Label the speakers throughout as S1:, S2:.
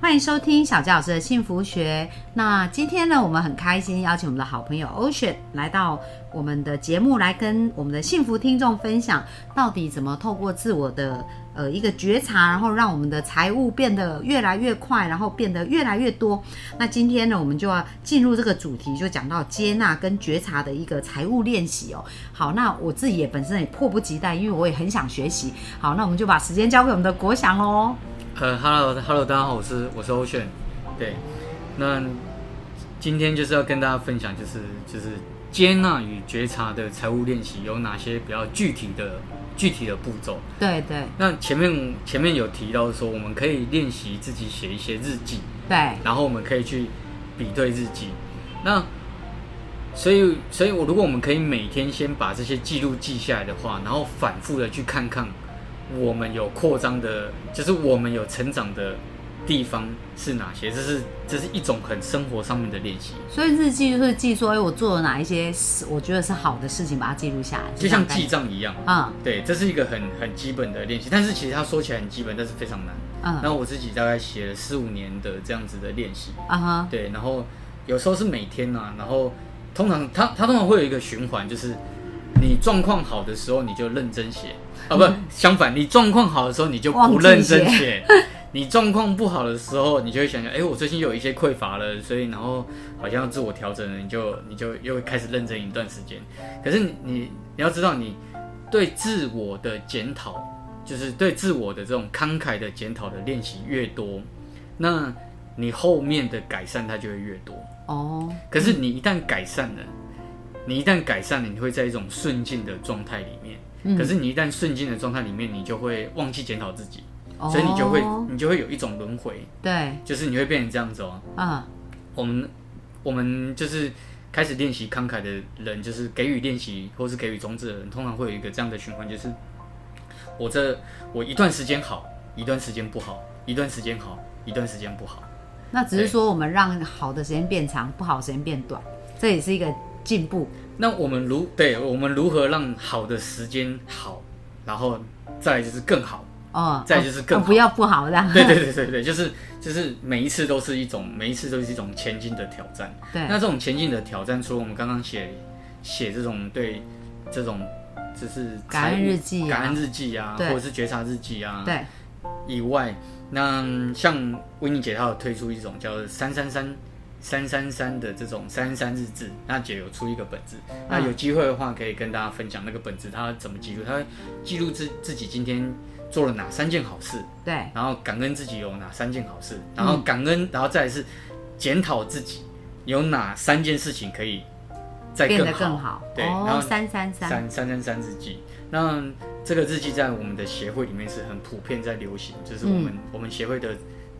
S1: 欢迎收听小纪老师的幸福学。那今天呢，我们很开心邀请我们的好朋友 Ocean 来到我们的节目，来跟我们的幸福听众分享到底怎么透过自我的呃一个觉察，然后让我们的财务变得越来越快，然后变得越来越多。那今天呢，我们就要进入这个主题，就讲到接纳跟觉察的一个财务练习哦。好，那我自己也本身也迫不及待，因为我也很想学习。好，那我们就把时间交给我们的国祥喽。
S2: 呃，Hello，Hello，大家好，我是我是欧炫，对，那今天就是要跟大家分享，就是就是接纳与觉察的财务练习有哪些比较具体的具体的步骤。
S1: 对对
S2: 那前面前面有提到说，我们可以练习自己写一些日记，
S1: 对，
S2: 然后我们可以去比对日记。那所以，所以我如果我们可以每天先把这些记录记下来的话，然后反复的去看看，我们有扩张的，就是我们有成长的地方是哪些？这是这是一种很生活上面的练习，
S1: 所以日记就是记说，哎，我做了哪一些事，我觉得是好的事情，把它记录下来，
S2: 就像记账一样。
S1: 啊，
S2: 对，这是一个很很基本的练习，但是其实它说起来很基本，但是非常难。
S1: 嗯
S2: 然
S1: 嗯
S2: 后我自己大概写了四五年的这样子的练习，
S1: 啊哈，
S2: 对，然后有时候是每天呐、然后通常它它通常会有一个循环，就是你状况好的时候你就认真写，啊不，相反，你状况好的时候你就
S1: 忘
S2: 不
S1: 记
S2: 认真
S1: 写
S2: 写，你状况不好的时候你就会想想，哎，我最近有一些匮乏了，所以然后好像要自我调整了，你就你就又会开始认真一段时间。可是你你你要知道，你对自我的检讨，就是对自我的这种慷慨的检讨的练习越多，那你后面的改善它就会越多。
S1: 哦，
S2: 可是你一旦改善了，你一旦改善了，你会在一种顺境的状态里面。
S1: 嗯
S2: 可是你一旦顺境的状态里面，你就会忘记检讨自己，
S1: 哦
S2: 所以你就会你就会有一种轮回，
S1: 对，
S2: 就是你会变成这样子哦。
S1: 嗯，
S2: 我们我们就是开始练习慷慨的人，就是给予练习或是给予种子的人，通常会有一个这样的循环，就是我这我一段时间好，一段时间不好，一段时间好，一段时间不好。
S1: 那只是说我们让好的时间变长，不好的时间变短，这也是一个进步。
S2: 那我们如对我们如何让好的时间好，然后再来就是更好，
S1: 哦，
S2: 嗯再就是更
S1: 哦
S2: 好
S1: 不要不好这样。
S2: 对对对对对，就是就是每一次都是一种每一次都是一种前进的挑战。
S1: 对
S2: 那这种前进的挑战，除了我们刚刚写写这种对这种就是
S1: 感恩
S2: 财务
S1: 日记啊
S2: 感恩日记啊，
S1: 对
S2: 或者是觉察日记啊，
S1: 对，
S2: 以外，那像维尼姐她有推出一种叫“三三三三三三”的这种“三三日志”，那姐有出一个本子，那有机会的话可以跟大家分享那个本子她怎么记录，她记录自自己今天做了哪三件好事，
S1: 对，
S2: 然后感恩自己有哪三件好事，然
S1: 嗯
S2: 后感恩，然后再来是检讨自己有哪三件事情可以再
S1: 变
S2: 更
S1: 得
S2: 好，
S1: 更好。
S2: 对，然
S1: 哦
S2: 后，
S1: 三三三，
S2: 三三三三日记。那这个日记在我们的协会里面是很普遍在流行，就是
S1: 嗯
S2: 我们、我们协会的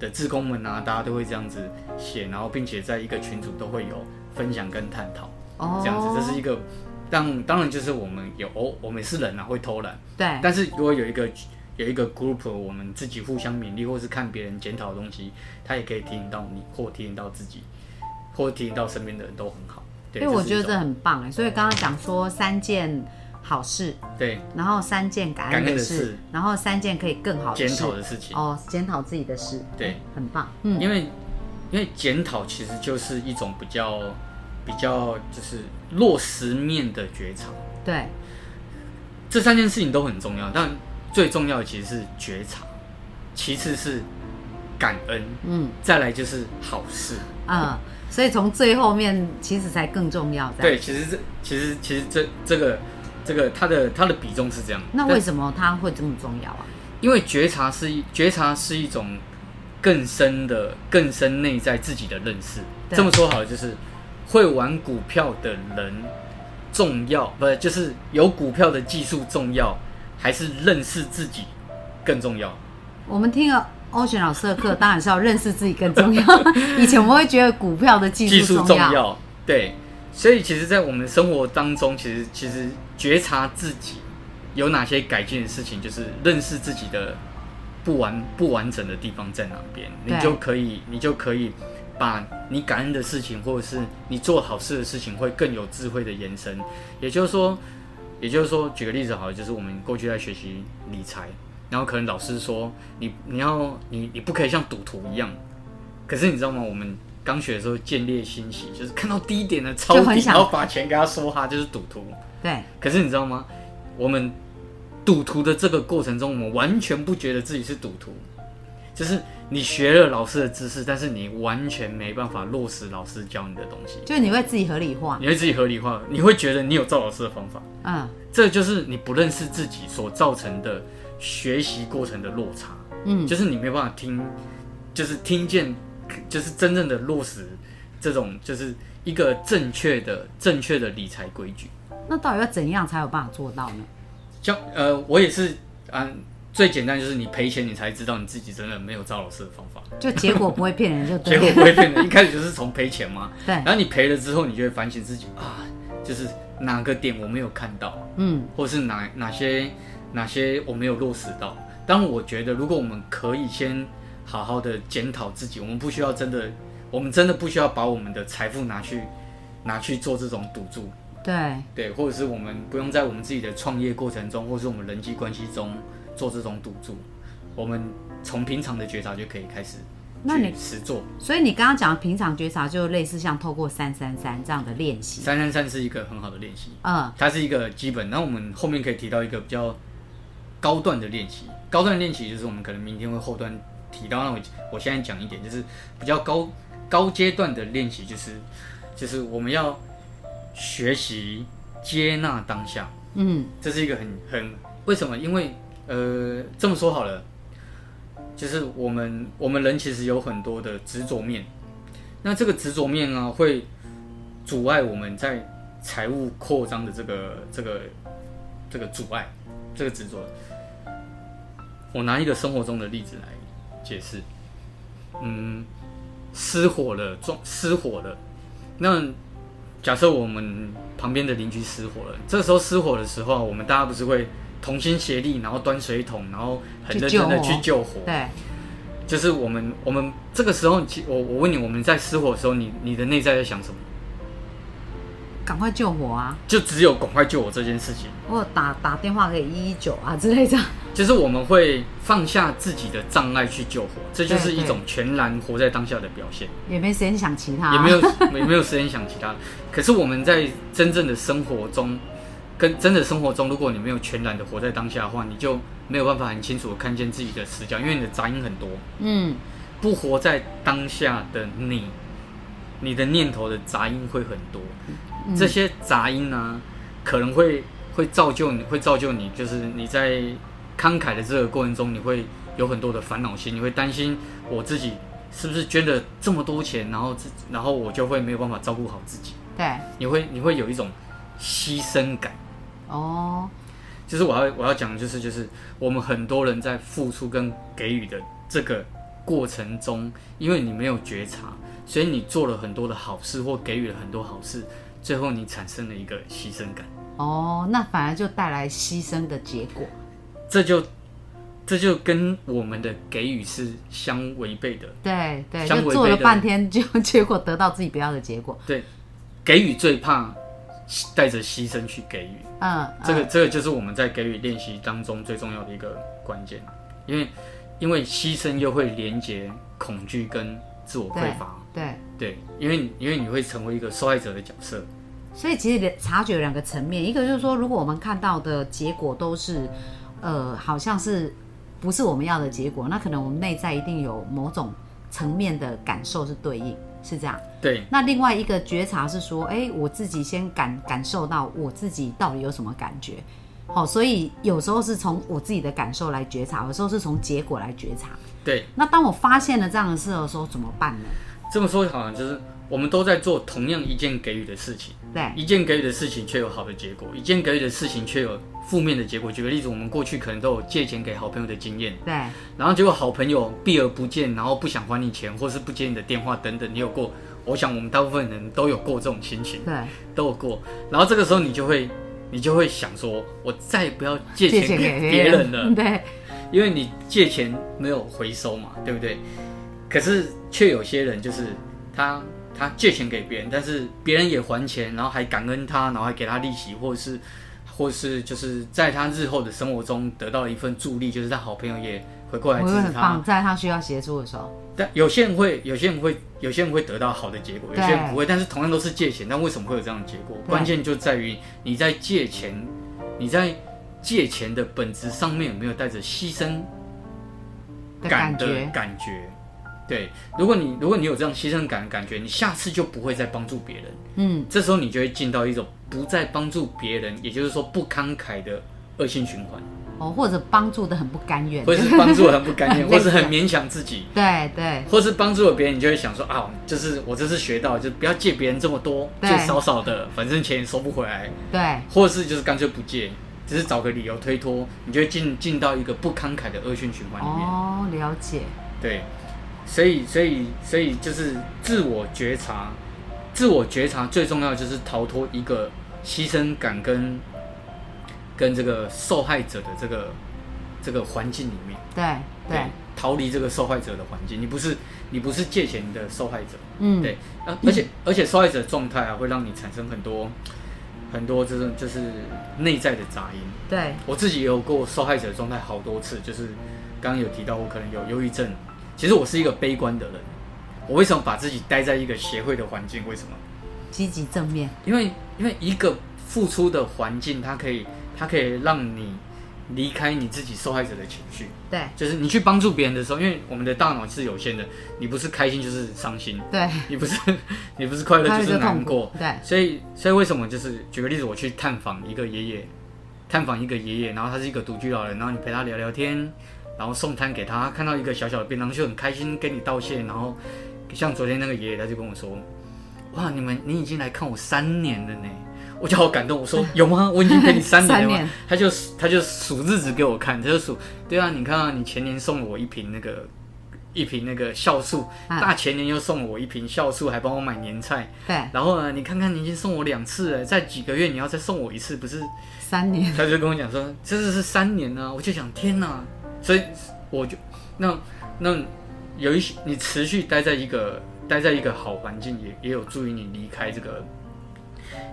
S2: 的志工们啊，大家都会这样子写，然后并且在一个群组都会有分享跟探讨，
S1: 哦，
S2: 这样子，这是一个让当然就是我们有哦我们是人啊会偷懒，
S1: 对，
S2: 但是如果有一个有一个 group，我们自己互相勉励，或是看别人检讨的东西，他也可以提醒到你，或提醒到自己，或提醒到身边的人都很好。对，
S1: 因为我
S2: 是
S1: 觉得
S2: 一种
S1: 这很棒哎，所以刚刚讲说三件好事，
S2: 对
S1: 然后三件感恩
S2: 感恩
S1: 的
S2: 的
S1: 事
S2: 事，
S1: 然后三件可以更好的
S2: 检
S1: 事
S2: 讨的事情。
S1: 哦，检讨自己的事，
S2: 对，
S1: 很棒，嗯，
S2: 因为因为检讨其实就是一种比较比较就是落实面的觉察，
S1: 对，
S2: 这三件事情都很重要，但最重要的其实是觉察，其次是感恩，
S1: 嗯
S2: 再来就是好事。
S1: 啊、所以从最后面其实才更重要，这样。
S2: 对，其实这其实其实这这个这个它的它的比重是这样，
S1: 那为什么它会这么重要啊？
S2: 因为觉察是一觉察是一种更深的、更深内在自己的认识。
S1: 对
S2: 这么说好了，就是会玩股票的人重要，不是就是有股票的技术重要，还是认识自己更重要？
S1: 我们听了欧璇老师的课，当然是要认识自己更 重要。以前我们会觉得股票的技
S2: 技
S1: 术
S2: 术
S1: 重
S2: 重
S1: 要，
S2: 要，对。所以其实，在我们生活当中，其实其实觉察自己有哪些改进的事情，就是认识自己的不完不完整的地方在哪边，你
S1: 对
S2: 就可以你就可以把你感恩的事情，或者是你做好事的事情，会更有智慧的延伸。也就是说，也就是说，举个例子好了，就是我们过去在学习理财，然后可能老师说你你要你你不可以像赌徒一样，可是你知道吗？我们刚学的时候见猎心喜，就是看到低点的超
S1: 就很
S2: 低，
S1: 想
S2: 然后把钱给他梭哈，就是赌徒。
S1: 对，
S2: 可是你知道吗？我们赌徒的这个过程中，我们完全不觉得自己是赌徒，就是你学了老师的知识，但是你完全没办法落实老师教你的东西，
S1: 就是你会自己合理化，
S2: 你会自己合理化，你会觉得你有照老师的方法，
S1: 嗯
S2: 这就是你不认识自己所造成的学习过程的落差，
S1: 嗯，
S2: 就是你没办法听，就是听见，就是真正的落实这种，就是一个正确的正确的理财规矩。
S1: 那到底要怎样才有办法做到呢？
S2: 像呃，我也是，嗯、最简单就是你赔钱，你才知道你自己真的没有照老师的方法，
S1: 就结果不会骗人，就对
S2: 结果
S1: 了，
S2: 不会变的。一开始就是从赔钱嘛，
S1: 对
S2: 然，后你赔了之后，你就会反省自己啊，就是哪个点我没有看到，
S1: 嗯，
S2: 或是哪哪些哪些我没有落实到。但我觉得，如果我们可以先好好的检讨自己，我们不需要真的，我们真的不需要把我们的财富拿去拿去做这种赌注，
S1: 对，
S2: 对，或者是我们不用在我们自己的创业过程中，或是我们人际关系中做这种赌注，我们从平常的觉察就可以开始
S1: 那你
S2: 去实做。
S1: 所以你刚刚讲的平常觉察，就类似像透过三三三这样的练习，
S2: 三三三是一个很好的练习，
S1: 嗯，
S2: 它是一个基本。那我们后面可以提到一个比较高段的练习，高段练习就是我们可能明天会后段提到。那我我现在讲一点，就是比较高高阶段的练习，就是就是我们要学习接纳当下。
S1: 嗯，
S2: 这是一个很很为什么？因为呃，这么说好了，就是我们我们人其实有很多的执着面，那这个执着面啊，会阻碍我们在财务扩张的这个这个这个阻碍，这个执着。我拿一个生活中的例子来解释，嗯，失火了，撞失火了，那假设我们旁边的邻居失火了，这时候失火的时候啊，我们大家不是会同心协力，然后端水桶，然后很认真的
S1: 去救火
S2: 去救火。
S1: 对，
S2: 就是我们我们这个时候，其我我问你，我们在失火的时候，你你的内在在想什么？
S1: 赶快救火啊！
S2: 就只有赶快救我这件事情。
S1: 或打打电话给一一九啊之类的，
S2: 就是我们会放下自己的障碍去救火，这就是一种全然活在当下的表现，
S1: 也没时间想其他、啊
S2: 也没，有也没有时间想其他的。可是我们在真正的生活中，跟真的生活中，如果你没有全然的活在当下的话，你就没有办法很清楚的看见自己的死角，因为你的杂音很多。
S1: 嗯，
S2: 不活在当下的你，你的念头的杂音会很多。
S1: 嗯
S2: 这些杂音呢、可能会会造就你，会造就你，就是你在慷慨的这个过程中，你会有很多的烦恼心，你会担心我自己是不是捐了这么多钱，然后自然后我就会没有办法照顾好自己，
S1: 对，
S2: 你会你会有一种牺牲感。
S1: 哦，
S2: 就是我要我要讲，的就是就是我们很多人在付出跟给予的这个过程中，因为你没有觉察，所以你做了很多的好事或给予了很多好事，最后你产生了一个牺牲感，
S1: 哦，那反而就带来牺牲的结果，
S2: 这就这就跟我们的给予是相违背的。
S1: 对对，
S2: 相
S1: 就
S2: 违背的
S1: 做了半天，就 结果得到自己不要的结果，
S2: 对，给予最怕带着牺牲去给予，
S1: 嗯，
S2: 这个
S1: 嗯
S2: 这个就是我们在给予练习当中最重要的一个关键，因为因为牺牲又会连接恐惧跟自我匮乏，
S1: 对，
S2: 对，因为你因为你会成为一个受害者的角色，
S1: 所以其实察觉有两个层面，一个就是说，如果我们看到的结果都是，呃，好像是不是我们要的结果，那可能我们内在一定有某种层面的感受是对应，是这样。
S2: 对
S1: 那另外一个觉察是说，哎，我自己先感感受到我自己到底有什么感觉。好、所以有时候是从我自己的感受来觉察，有时候是从结果来觉察。
S2: 对，
S1: 那当我发现了这样的事的时候，怎么办呢？
S2: 这么说好像就是我们都在做同样一件给予的事情，
S1: 对，
S2: 一件给予的事情却有好的结果，一件给予的事情却有负面的结果。举个例子，我们过去可能都有借钱给好朋友的经验，
S1: 对，
S2: 然后结果好朋友避而不见，然后不想还你钱，或是不接你的电话等等，你有过？我想我们大部分人都有过这种心情，
S1: 对，
S2: 都有过。然后这个时候你就会你就会想说，我再也不要借
S1: 借
S2: 钱
S1: 钱
S2: 给
S1: 给
S2: 别人 了，
S1: 对，
S2: 因为你借钱没有回收嘛，对不对？可是却有些人就是他他借钱给别人，但是别人也还钱，然后还感恩他，然后还给他利息，或者是或是就是在他日后的生活中得到一份助力，就是他好朋友也回过来
S1: 我
S2: 支
S1: 会
S2: 持
S1: 很
S2: 他
S1: 棒，。在他需要协助的时候，
S2: 但有些人会，有些人会，有些人会得到好的结果，有
S1: 对
S2: 些人不会。但是同样都是借钱，但为什么会有这样的结果？
S1: 对
S2: 关键就在于你在借钱，你在借钱的本质上面有没有带着牺牲
S1: 的
S2: 感
S1: 感
S2: 的
S1: 觉，
S2: 感觉。对，如果你如果你有这样牺牲感的感觉，你下次就不会再帮助别人。
S1: 嗯，
S2: 这时候你就会进到一种不再帮助别人，也就是说不慷慨的恶性循环，
S1: 哦，或者帮助的很不甘愿，
S2: 或
S1: 对
S2: 者是帮助很不甘 愿，
S1: 类
S2: 或
S1: 似
S2: 是很勉强自己，
S1: 对，
S2: 或是帮助了别人，你就会想说啊，就是我这次学到，就不要借别人这么多，
S1: 对
S2: 借少少的，反正钱也收不回来，
S1: 对，
S2: 或是就是干脆不借，只是找个理由推脱，你就会进进到一个不慷慨的恶性循环里面。
S1: 哦，了解，
S2: 对，所以所以所以就是自我觉察，自我觉察最重要就是逃脱一个牺牲感跟跟这个受害者的这个这个环境里面，
S1: 对对，
S2: 逃离这个受害者的环境。你不是你不是借钱的受害者，
S1: 嗯，
S2: 对，而而且而且受害者状态啊，会让你产生很多很多这种就是内在的杂音。
S1: 对，
S2: 我自己也有过受害者状态好多次，就是刚刚有提到我可能有忧郁症。其实我是一个悲观的人，我为什么把自己待在一个协会的环境？为什么？
S1: 积极正面，
S2: 因为因为一个付出的环境，它可以它可以让你离开你自己受害者的情绪，
S1: 对
S2: 就是你去帮助别人的时候，因为我们的大脑是有限的，你不是开心就是伤心，
S1: 对，
S2: 你不是你不是快乐
S1: 他
S2: 就是难过，
S1: 对，
S2: 所以，所以为什么就是举个例子，我去探访一个爷爷，探访一个爷爷，然后他是一个独居老人，然后你陪他聊聊天，然后送餐给他，他看到一个小小的便当就很开心跟你道谢，然后像昨天那个爷爷他就跟我说，哇，你们你已经来看我三年了呢，我就好感动，我说有吗？我已经陪你三年了
S1: 三
S2: 吗？
S1: 年
S2: 他就他就数日子给我看，他就数，对啊，你看啊，你前年送了我一瓶那个。一瓶那个酵素，
S1: 嗯
S2: 大前年又送了我一瓶酵素，还帮我买年菜。
S1: 对，
S2: 然后呢，你看看你已经送我两次了，在几个月你要再送我一次，不是？
S1: 三年，
S2: 他就跟我讲说，这次是三年呢、我就想天哪，所以我就那那有一些你持续待在一个待在一个好环境，也也有助于你离开这个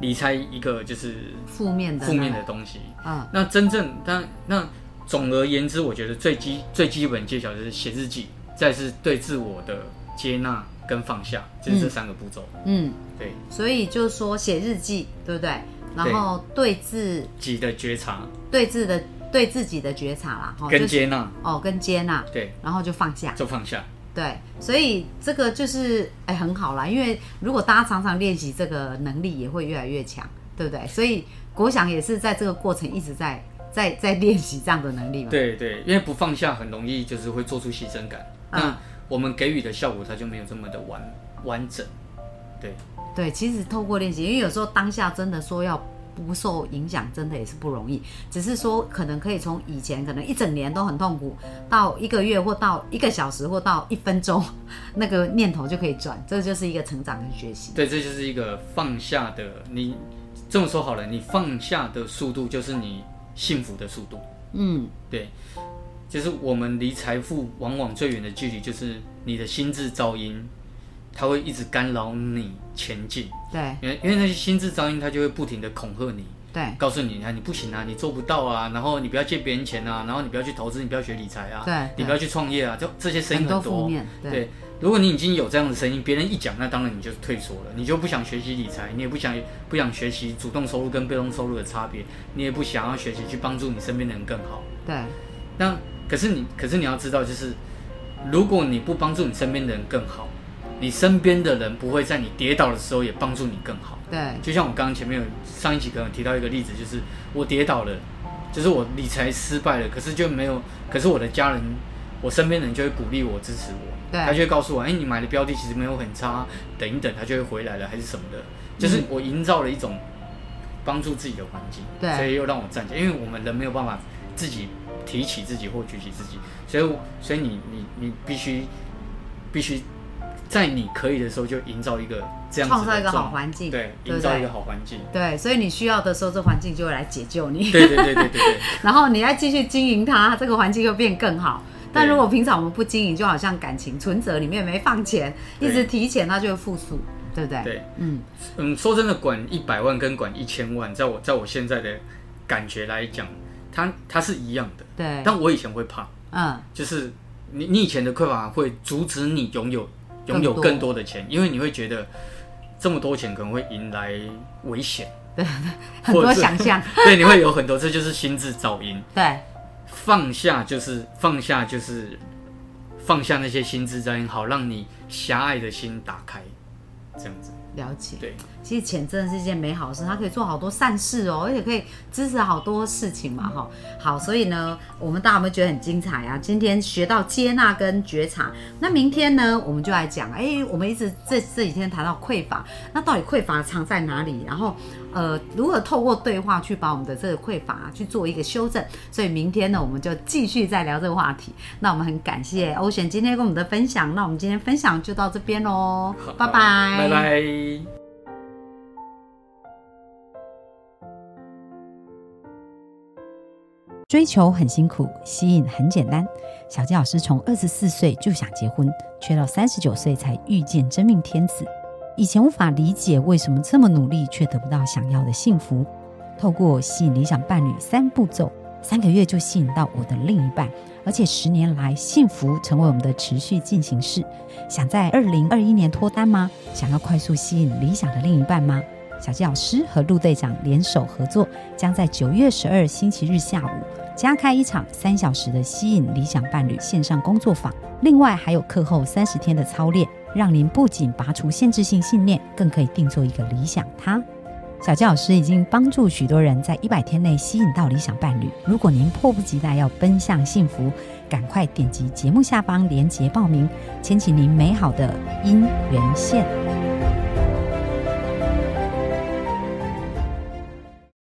S2: 离开一个就是
S1: 负面的，
S2: 负面的，东西。
S1: 嗯，
S2: 那真正但那总而言之，我觉得最基最基本技巧就是写日记，再是对自我的接纳跟放下，就是这
S1: 嗯
S2: 三个步骤。
S1: 嗯，
S2: 对。
S1: 所以就说写日记，对不对？然后对自
S2: 自己的觉察
S1: 对自的对自己的觉察啦，哈，
S2: 跟
S1: 就是
S2: 接纳，
S1: 哦跟接纳，
S2: 对，
S1: 然后就放下，
S2: 就放下，
S1: 对，所以这个就是哎、很好啦，因为如果大家常常练习这个能力，也会越来越强，对不对？所以国祥也是在这个过程一直在在在练习这样的能力嘛。
S2: 对对，因为不放下很容易就是会做出牺牲感，
S1: 嗯
S2: 那我们给予的效果它就没有这么的完完整，对
S1: 对，其实透过练习，因为有时候当下真的说要不受影响，真的也是不容易。只是说可能可以从以前可能一整年都很痛苦，到一个月或到一个小时或到一分钟，那个念头就可以转，这就是一个成长跟学习。
S2: 对，这就是一个放下的你这么说好了，你放下的速度就是你幸福的速度，
S1: 嗯，
S2: 对，就是我们离财富往往最远的距离就是你的心智噪音，它会一直干扰你前进，
S1: 对
S2: 因为因为那些心智噪音它就会不停的恐吓你。
S1: 对
S2: 告诉你，你看你不行啊，你做不到啊，然后你不要借别人钱啊，然后你不要去投资，你不要学理财啊，
S1: 对
S2: 你不要去创业啊，就这些声音
S1: 很多
S2: 多。
S1: 负面对
S2: 对，如果你已经有这样的声音，别人一讲，那当然你就退缩了，你就不想学习理财，你也不想不想学习主动收入跟被动收入的差别，你也不想要学习去帮助你身边的人更好。
S1: 对
S2: 那可是你，可是你要知道，就是如果你不帮助你身边的人更好，你身边的人不会在你跌倒的时候也帮助你更好。
S1: 对
S2: 就像我刚刚前面有上一集可能有提到一个例子，就是我跌倒了，就是我理财失败了，可是就没有，可是我的家人，我身边人就会鼓励我、支持我，
S1: 对
S2: 他就会告诉我，哎、你买的标的其实没有很差，啊等一等他就会回来了，还是什么的，就是
S1: 嗯
S2: 我营造了一种帮助自己的环境，
S1: 对
S2: 所以又让我站起来，因为我们人没有办法自己提起自己或举起自己，所以我所以你你你必须必须在你可以的时候就营造一个这样子的
S1: 创造一个好
S2: 状
S1: 环境，
S2: 对，
S1: 对
S2: 营
S1: 不
S2: 造一个
S1: 对？
S2: 好环境。
S1: 对，所以你需要的时候，这环境就会来解救 你。
S2: 对对对对对对，
S1: 然后你再继续经营它，这个环境又变更好。但
S2: 对
S1: 如果平常我们不经营，就好像感情存折里面没放钱，一
S2: 对
S1: 直提钱，它就会复苏，对不对？
S2: 对，
S1: 嗯，
S2: 嗯，说真的，管一百万跟管一千万，在我在我现在的感觉来讲，它它是一样的。
S1: 对，
S2: 但我以前会怕，
S1: 嗯，
S2: 就是你你以前的匮乏会阻止你拥有
S1: 更
S2: 拥有
S1: 多
S2: 更多的钱，因为你会觉得这么多钱可能会迎来危险，
S1: 很
S2: 或
S1: 多
S2: 者是
S1: 想 象，
S2: 对，你会有很多，这就是心智噪音。
S1: 对，
S2: 放下就是放下就是放下那些心智噪音，好让你狭隘的心打开，这样子。
S1: 了解。
S2: 对，
S1: 其实钱真的是一件美好事，它可以做好多善事哦，而且可以支持好多事情嘛，
S2: 嗯
S1: 哈。好，所以呢，我们大家有没有觉得很精彩啊？今天学到接纳跟觉察，那明天呢，我们就来讲，哎，我们一直这这几天谈到匮乏，那到底匮乏藏在哪里？然后，呃，如何透过对话去把我们的这个匮乏去做一个修正？所以明天呢，我们就继续再聊这个话题。那我们很感谢欧璇今天跟我们的分享，那我们今天分享就到这边喽，拜拜，
S2: 拜拜。
S3: 追求很辛苦，吸引很简单。小纪老师从二十四岁就想结婚，却到三十九岁才遇见真命天子。以前无法理解为什么这么努力却得不到想要的幸福。透过吸引理想伴侣三步骤，三个月就吸引到我的另一半，而且十年来幸福成为我们的持续进行式。想在二零二一年脱单吗？想要快速吸引理想的另一半吗？小纪老师和陆队长联手合作，将在九月十二星期日下午加开一场三小时的吸引理想伴侣线上工作坊，另外还有课后三十天的操练，让您不仅拔除限制性信念，更可以定做一个理想他。小纪老师已经帮助许多人在一百天内吸引到理想伴侣。如果您迫不及待要奔向幸福，赶快点击节目下方链接报名，牵起您美好的姻缘线。